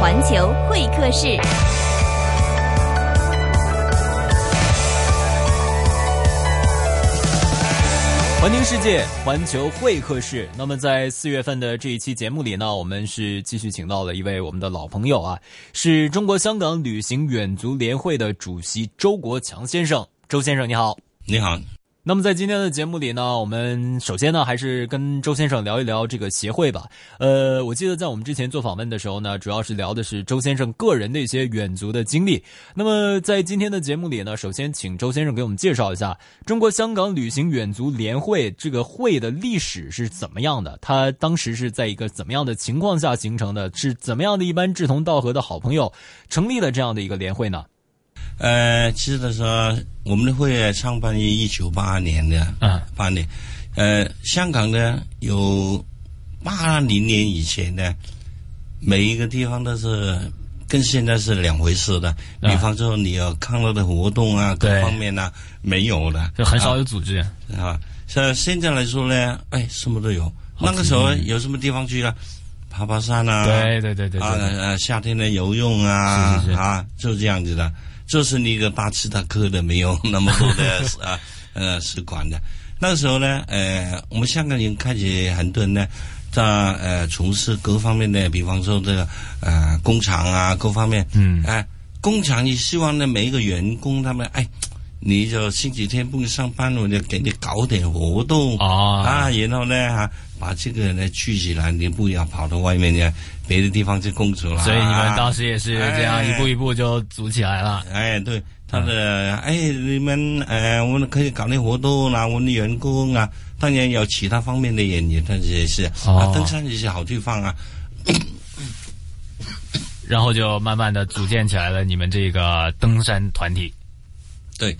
环球会客室。环听世界，环球会客室。那么在四月份的这一期节目里呢，我们是继续请到了一位我们的老朋友啊，是中国香港旅行远足联会的主席周国强先生。周先生，你好。你好，那么在今天的节目里呢，我们首先呢还是跟周先生聊一聊这个协会吧。呃，我记得在我们之前做访问的时候呢，主要是聊的是周先生个人的一些远足的经历。那么在今天的节目里呢，首先请周先生给我们介绍一下中国香港旅行远足联会这个会的历史是怎么样的，它当时是在一个怎么样的情况下形成的，是怎么样的一般志同道合的好朋友成立了这样的一个联会呢？呃，其实的时候，我们的会创办于一九八二年的，啊，八年，呃，香港呢有八零年以前呢，每一个地方都是跟现在是两回事的。啊比方说，你有康乐的活动啊，各对方面呢、没有的，就呃很少有组织，啊，像现在来说呢，哎，什么都有。那个时候有什么地方去啊？爬爬山啊，对对对啊呃，夏天的游泳啊，是是是啊，就这样子的。这是那个大吃大喝的，没有那么多的 啊呃使馆的。那时候呢，呃，我们香港人开始很多人呢，在呃从事各方面的，比方说这个呃工厂啊，各方面，嗯哎、工厂你希望呢每一个员工他们哎。你就星期天不用上班，我就给你搞点活动啊啊，然后呢，啊、把这个呢聚起来，你不要跑到外面呢，别的地方去工作了。所以你们当时，时也是这样哎一步一步就组起来了。哎，对，他嗯的，哎，你们，呃，我们可以搞点活动啊，我们的员工啊，当然有其他方面的原因，但是也是、啊哦，登山也是好地方啊，然后就慢慢的组建起来了你们这个登山团体。对，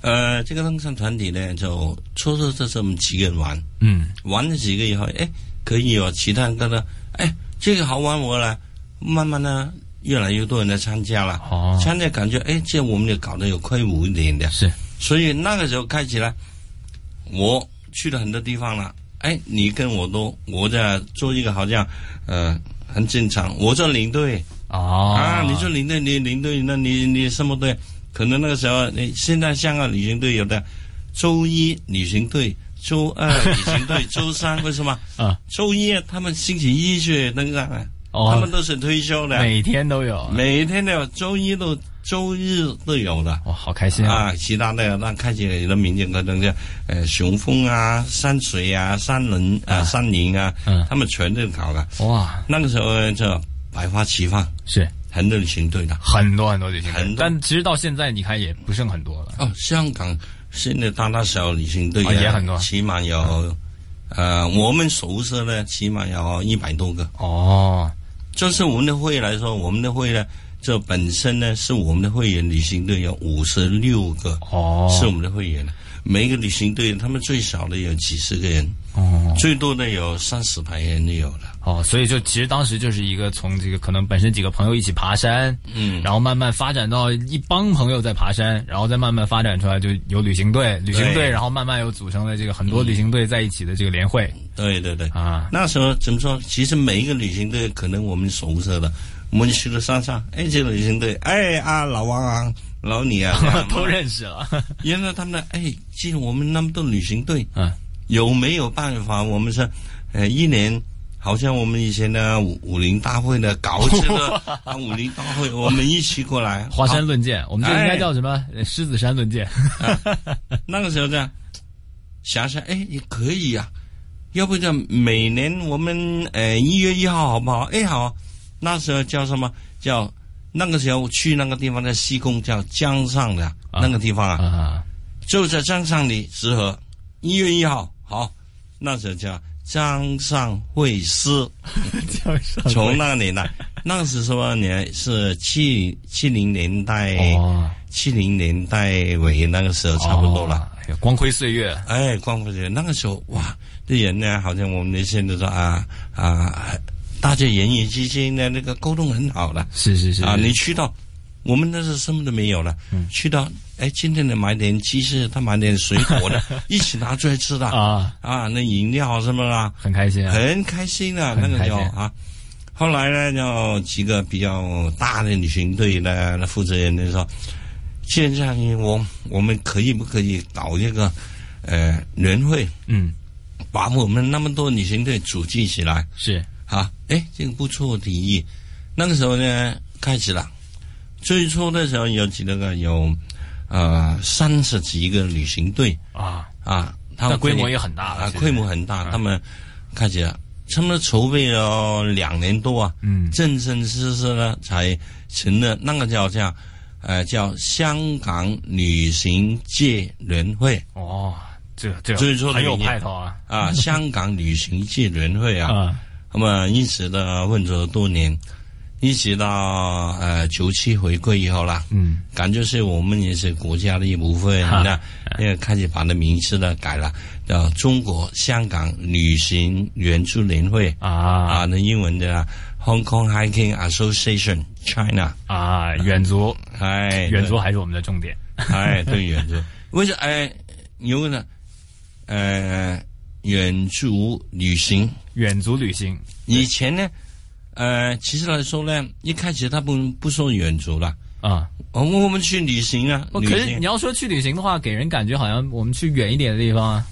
呃，这个登山团体呢，就初初就是我们几个人玩，嗯，玩了几个以后，哎，可以有其他人跟着，哎，这个好玩我来，慢慢的越来越多人来参加了，哦参加感觉哎，这我们也搞得有规模一点的，是，所以那个时候开始呢，我去了很多地方了，哎，你跟我都，我在做一个好像，呃，很正常，我做领队、哦，啊，你做领队，你领队，那你你什么队？可能那个时候，你现在香港旅行队有的，周一旅行队，周二旅行队，周三为 什么？嗯，周一他们星期一去登山啊，哦他们都是退休的，每天都有，每天都有，周一都周日都有的。哇，好开心啊！啊，其他的那看起来的民间可能就，呃，雄风啊、山水啊、山林啊、山林啊，嗯他们全都搞了。哇，那个时候就百花齐放，是很多人行队的。很多很多旅行很团，多但其实到现在你看也不剩很多了。哦，香港现在大大小小旅行队、啊哦也很多起码有，呃，我们熟识呢，起码有一百多个。哦，就是我们的会来说，我们的会呢，这本身呢是我们的会员旅行队有五十六个，哦，是我们的会员了。每一个旅行队，他们最少的有几十个人，哦最多的有三十排人就有了。哦，所以就其实当时就是一个从这个可能本身几个朋友一起爬山，嗯，然后慢慢发展到一帮朋友在爬山，然后再慢慢发展出来，就有旅行队，旅行队，对然后慢慢又组成了这个很多旅行队在一起的这个联会对对对。 啊。那时候怎么说？其实每一个旅行队，可能我们熟悉的，我们去了山上，哎，这个旅行队，哎啊，老王啊，老 李啊，都认识了，原来他们哎，既然我们那么多旅行队，嗯，有没有办法？我们说，呃，一年好像我们以前的武武林大会呢，搞这个 啊，武林大会，我们一起过来。华山好论剑，我们这应该叫什么？呃狮子山论 剑。那个时候呢，想想哎，也可以呀、要不就每年我们呃一月一号好不好？哎好啊，那时候叫什么叫？那个时候去那个地方在西贡叫江上的、那个地方 啊，啊，就在江上里集合，一月一号，好，那时候叫江上会师，叫什么从那里来，那时候呢是七七零年代，哦，七零年代尾那个时候差不多了。哦。哎呀光辉岁月，哎，光复节那个时候哇，这人呢，好像我们现在说啊啊，大家言语之间的那个沟通很好了是是是啊。你去到我们那时候什么都没有了，去到哎，今天的买点鸡翅，他买点水果的，一起拿出来吃的啊啊，那饮料什么啦，很开心啊。很开心啊，很那个时候开心啊。后来呢，就几个比较大的旅行队的负责人就说，现在我我们可以不可以搞一个呃年会，嗯，把我们那么多旅行队组织起来？是啊，哎，这个不错提议。那个时候呢，开始了。最初的时候有几那个有，呃，三十几个旅行队啊，啊，他那们规模也也很大啊了，，嗯规模很大。他们开始了，他们筹备了两年多啊，嗯正正式式呢才成了那个叫叫，呃，叫香港旅行界联会哦，这这所以说很有你派头啊 啊，香港旅行界联会啊，啊那么一直的混着多年，一直到呃九七回归以后啦，嗯感觉是我们也是国家的一部分，哈那那个开始把的名字呢改了，叫中国香港旅行援助联会啊啊，那英文的啊 Hong Kong Hiking Association China，啊，远足 哎，远足还是我们的重点对，哎，对远足，为什哎，有呢，呃，远足旅行。远足旅行以前呢，呃，其实来说呢，一开始他不不说远足了，啊。我们我们去旅行啊，不旅哦可是行你要说去旅行的话，给人感觉好像我们去远一点的地方啊。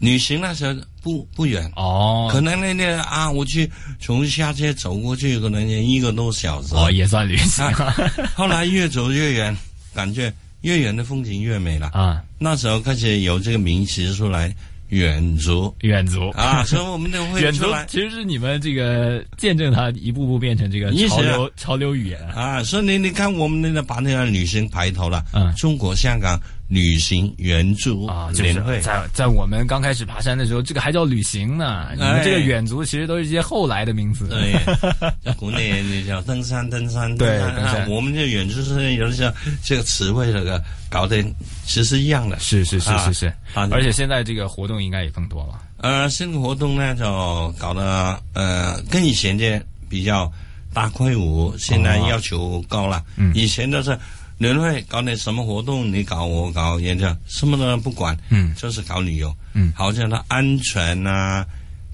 旅行那时候不不远，可哦，能那那啊，我去从下街走过去，可能也一个多小时。哦，也算旅行啊。哎后来越走越远，感觉越远的风景越美了。啊，那时候开始有这个名词出来，远足远足 啊，所以我们都会远足出来其实是你们这个见证它一步步变成这个意潮思啊流潮流语言啊。啊，所以你你看我们那个把那个旅行排头了，嗯中国香港旅行援助啊，就联是会。在在我们刚开始爬山的时候，这个还叫旅行呢。你们这个远足其实都是一些后来的名词。哎对，在 国内那叫登山，登山，对登山。登山啊我们这远处是有的时候这个词汇那个搞得其实一样的。是是是是是，啊而且现在这个活动应该也更多了。呃，新活动呢就搞得呃跟以前的比较大规模，现在要求高了。嗯以前都是人会搞点什么活动，你搞我搞，人家什么都不管，嗯就是搞旅游。嗯好像它安全啊，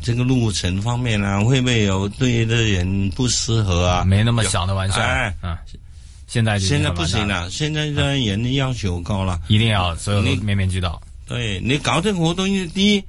这个路程方面啊，会不会有对的人不适合啊？没那么小的玩笑哎啊。现在就已经现在很不完行善了，了，现在的人的要求高了。一定要所有都你面面俱到。对你搞这个活动，第一，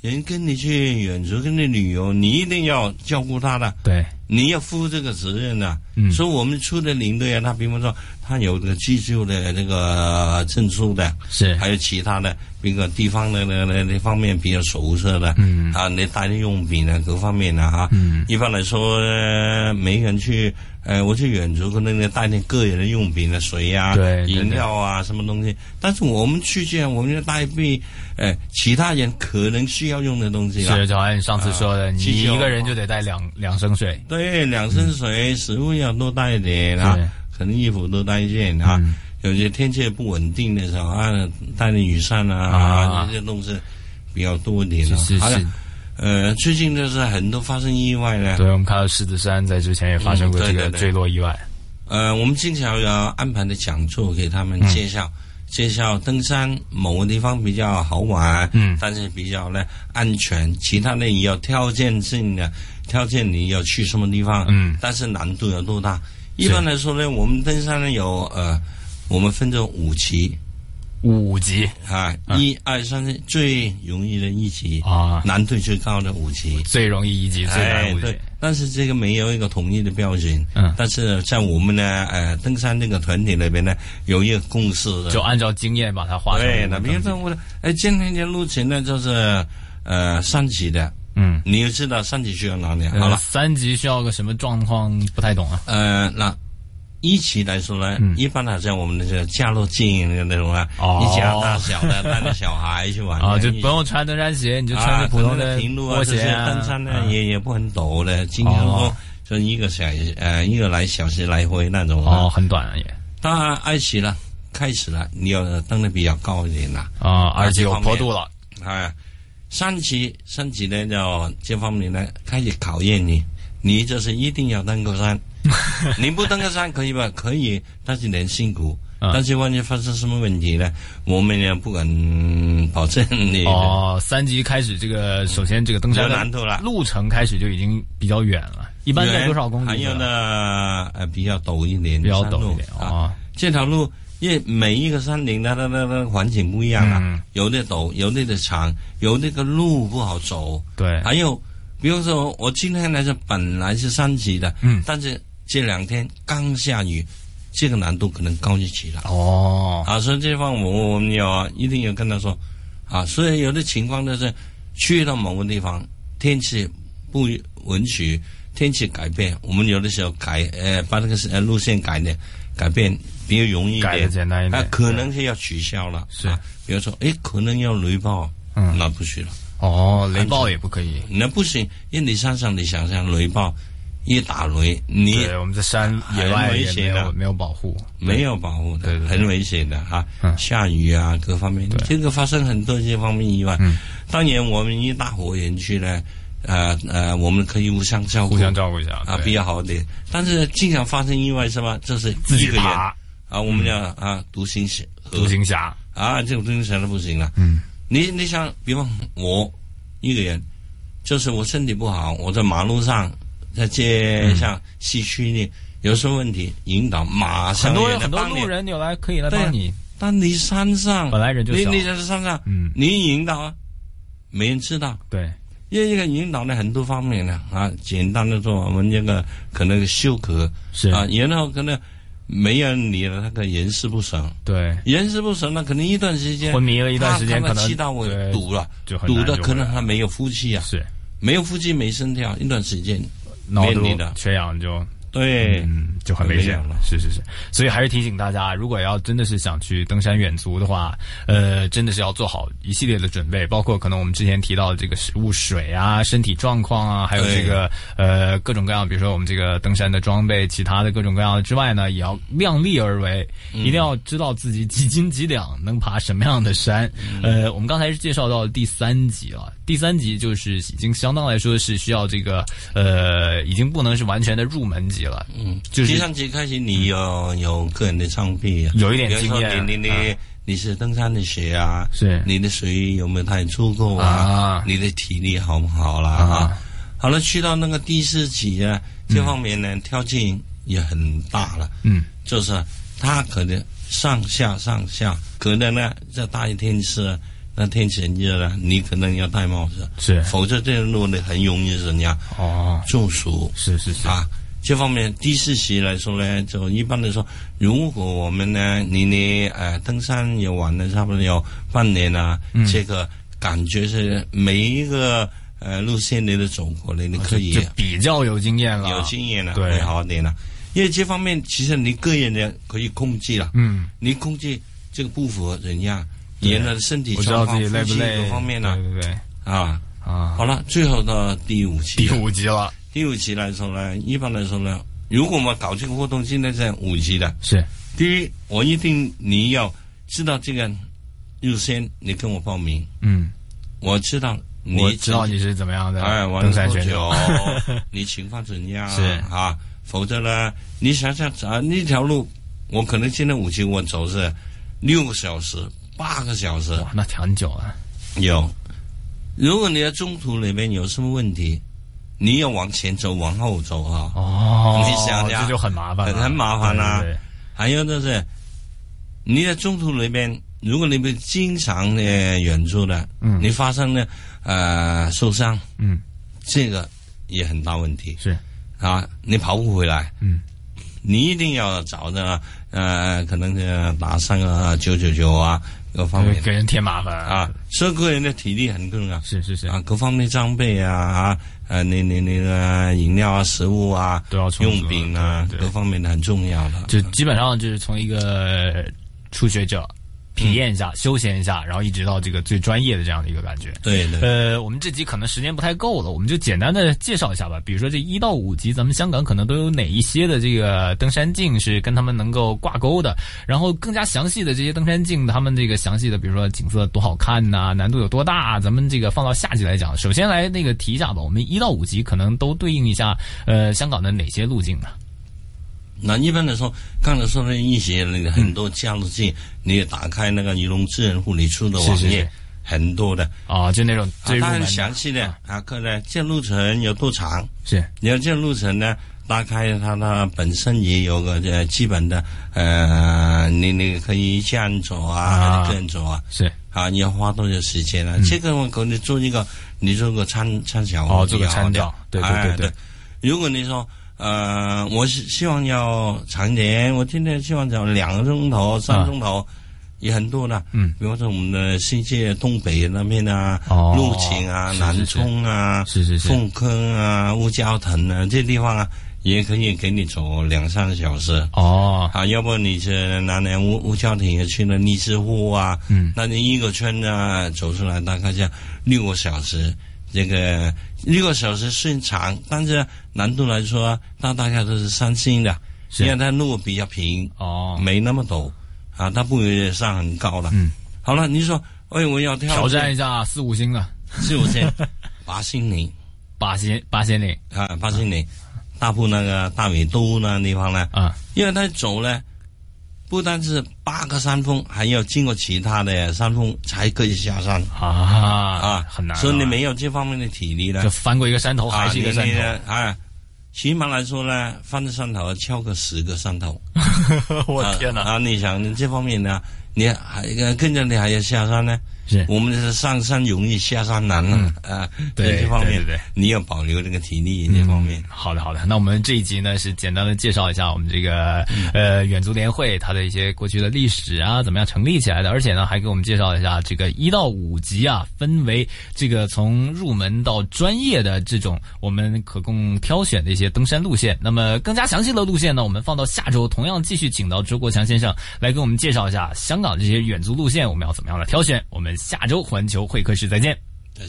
人跟你去远足，跟你旅游，你一定要照顾他的，对，你要负这个责任的、嗯所以我们出的领队啊，他比方说他有这个技术的那个证书的，是还有其他的，比如地方的那那那方面比较熟悉的，嗯啊，你带的用品啊，各方面的啊，嗯一般来说，呃每个人去，呃，我去远足可能你带点个人的用品啊，水啊，对对饮料啊，什么东西，但是我们去这样，我们就带备，呃，其他人可能需要用的东西啦是，，就按上次说的，啊你气球一个人就得带两两升水。对，两升水，食物要多带一点啊对，可能衣服多带一件啊。嗯有些天气不稳定的时候啊，带点雨伞啊，啊这些东西比较多一点啊。是是好了是，呃，最近就是很多发生意外呢。对，我们看到狮子山在之前也发生过嗯对这个对对坠落意外。呃，我们经常要安排的讲座给他嗯们介绍、介绍登山某个地方比较好玩，嗯但是比较呢安全，其他的也有条件性的条件，你要去什么地方，嗯但是难度有多大？一般来说呢，我们登山呢有呃，我们分成五级嗯五级啊，一二三四，最容易的一级，啊，难度最高的五级。最容易一级，最哎，难五级对。，但是这个没有一个统一的标准。嗯但是在我们呢，呃，登山这个团体里边呢，有一个共识的。就按照经验把它划成对，五那等比如级说我，哎，今天的路程呢，就是呃三级的，嗯，你要知道三级去到哪里。呃好了，三级需要个什么状况不太懂啊？呃，那。一级来说呢，嗯一般好像我们的这个家乐径那种啊，哦一家大小的 带着小孩去玩啊，就一不用穿登山鞋，你就啊穿着普通的平路拖啊，这鞋些啊登山呢啊也也不很陡的，经常说哦就一个小时呃一个来小时来回那种啊哦，。很短啊也当然爱惜了，开始了，你要登的比较高一点了，啊，二级有这方面坡度了啊。三级三级呢，就这方面呢开始考验你，你就是一定要登个山，你不登个山可以吧？可以，但是你很辛苦。嗯但是万一发生什么问题呢，我们也不敢保证你的哦，三级开始这个，首先这个登山有难度了路程开始就已经比较远了，一般在多少公里？还有呢，呃，比较陡一点比的较山路，陡一点啊。啊。这条路，因为每一个山顶它的它的环境不一样啊，嗯有的陡，有的的长，有那个路不好走，对，还有，比如说我今天来这本来是三级的，嗯但是这两天刚下雨，这个难度可能高一级了。哦，啊，所以这地方我我们要一定要跟他说，啊，所以有的情况就是去到某个地方，天气不允许，天气改变，我们有的时候改，呃，把那个呃路线改的改变比较容易一改的点，简单一啊点，。可能是要取消了，是啊，比如说，哎，可能要雷暴，嗯那不去了，哦，雷暴也不可以。那不行，因为你山上你想象雷暴一打雷，你对，我们在山野很外危也没险的有没有保护。没有保护的，对对对很危险的哈、嗯下雨啊，各方面，这个发生很多这方面意外。嗯当年我们一大伙人去呢，呃呃，我们可以互相照顾，互相照顾一下啊，对比较好点。但是经常发生意外是吧？这是自一己个人爬啊，我们要啊独行侠，独行侠，啊，这种东西都不行了。嗯，你你想，比方我一个人，就是我身体不好，我在马路上，在街嗯上、市区里有什么问题，引导马上很多有人很多帮你路人有来可以来对啊帮你，但你山上本来人就你少你在山上，嗯你引导啊，没人知道。对，因为这个引导呢，很多方面呢啊，简单的说，我们这个可能休克是，啊，然后可能没人理了，那个人事不省，对，人事不省呢，可能一段时间昏迷了一段时间，可他他们能气到我对堵了，就很堵难的就可回能来他没有呼吸啊，是没有呼吸没声跳，一段时间，脑没你毒的缺氧就对，嗯，就很危险很危险了是是是，所以还是提醒大家，如果要真的是想去登山远足的话，呃，真的是要做好一系列的准备，包括可能我们之前提到的这个食物、水啊、身体状况啊，还有这个呃各种各样，比如说我们这个登山的装备，其他的各种各样的之外呢，也要量力而为，嗯一定要知道自己几斤几两能爬什么样的山。嗯呃，我们刚才是介绍到了第三集了，第三集就是已经相当来说是需要这个呃，已经不能是完全的入门级了。嗯，就是嗯第三节开始，你有有个人的障壁啊，有一点经验比如说你你你、你是登山的鞋啊，是你的水有没有太足够啊？啊你的体力好不好啦？啊，好了，去到那个第四级啊，这方面呢，挑战也很大了。嗯，就是他可能上下上下，可能呢，这大一天是那天气很热了，你可能要戴帽子，是否则这个路呢很容易人家哦，中暑。是是是，啊，这方面第四期来说呢，就一般来说，如果我们呢，你呢，呃，登山也玩了差不多有半年了、嗯这个感觉是每一个呃路线你都走过了，你可以就就比较有经验了，有经验了，啊对会好一点了。因为这方面其实你个人呢可以控制了，嗯，你控制这个不符合人家人的身体我知道状自况、己累不呼吸累，各方面呢对对对，啊。啊，好了，最后到第五期第了，五集了，第五期来说呢，一般来说呢，如果我们搞这个活动，现在在五级的。是第一，我一定你要知道这个优先，你跟我报名，嗯，我知道你我知道你是怎么样的哎，玩登山选手，了多久 你情况怎样？ 是啊，否则呢，你想想啊，那条路，我可能现在五级我走是六个小时、八个小时哇，那挺久啊了，有。如果你的中途里面有什么问题，你要往前走，往后走啊。哦，你想想这就很麻烦了，很很麻烦啊对对对还有就是，你在中途里边，如果你们经常的远足的，嗯你发生了呃受伤，嗯，这个也很大问题是，啊，你跑不回来，嗯，你一定要找着呃，可能是打上个九九九啊，各方面给人添麻烦啊，，所以个人的体力很重要是是是，啊，各方面装备啊啊，呃，你你你的饮料啊、食物啊、都要充足用品啊，对对各方面的很重要的。就基本上就是从一个初学者体验一下、嗯休闲一下，然后一直到这个最专业的这样的一个感觉。对对。呃，我们这集可能时间不太够了，我们就简单的介绍一下吧。比如说这一到五集，咱们香港可能都有哪一些的这个登山径是跟他们能够挂钩的，然后更加详细的这些登山径，他们这个详细的，比如说景色多好看呐、难度有多大、咱们这个放到下集来讲。首先来那个提啊一下吧，我们一到五集可能都对应一下，呃，香港的哪些路径呢？那一般来说，刚才说的一些那个很多加速器，你也打开那个移动智能护理处的网页，是是是很多的，啊，就那种最它入门很的详细的啊，啊，可能这路程有多长，是你要这路程呢，大概它它本身也有个呃基本的，呃，你你可以这样走啊啊，这样走啊，是啊，你要花多久时间嗯啊？这个我给你做一个，你做个参参详哦做个比较好参的照对对哎对对如果你说呃，我是希望要长一点，我今天希望找两个钟头、三个钟头。也很多的，啊嗯，比方说我们的新界东北那边啊，哦陆秦啊、是是南是充啊、是是是凤坑啊、乌蛟腾啊这地方啊，也可以给你走两三个小时。哦，啊，要不你是南南乌乌家庭也去了尼斯湖啊，嗯那你一个圈呢走出来大概要六个小时，这个六个小时虽长，但是难度来说，它大概都是三星的，是因啊为它路比较平，哦，没那么陡，啊，它不会上很高的。嗯，好了，你说，哎，我要挑挑战一下四五星的四五千，八星零八仙八仙岭啊，八星零，大埔那个大尾都那地方呢，啊，因为它走呢，不单是八个山峰，还要经过其他的山峰才可以下山啊啊，很难啊，所以你没有这方面的体力呢就，翻过一个山头啊还是一个山你你头，啊。起码来说呢，翻着山头敲个十个山头， 我天啊！哪，啊你想，你这方面呢，你还呃跟着你还要下山呢？是我们是上山容易下山难啊！啊，嗯对在这方面对对对你要保留这个体力，这方面嗯。好的，好的。那我们这一集呢，是简单的介绍一下我们这个呃远足联会它的一些过去的历史啊，怎么样成立起来的，而且呢，还给我们介绍一下这个一到五级啊，分为这个从入门到专业的这种我们可供挑选的一些登山路线。那么更加详细的路线呢，我们放到下周同样继续请到周国强先生来给我们介绍一下香港这些远足路线我们要怎么样的挑选。我们下周环球会客室再见。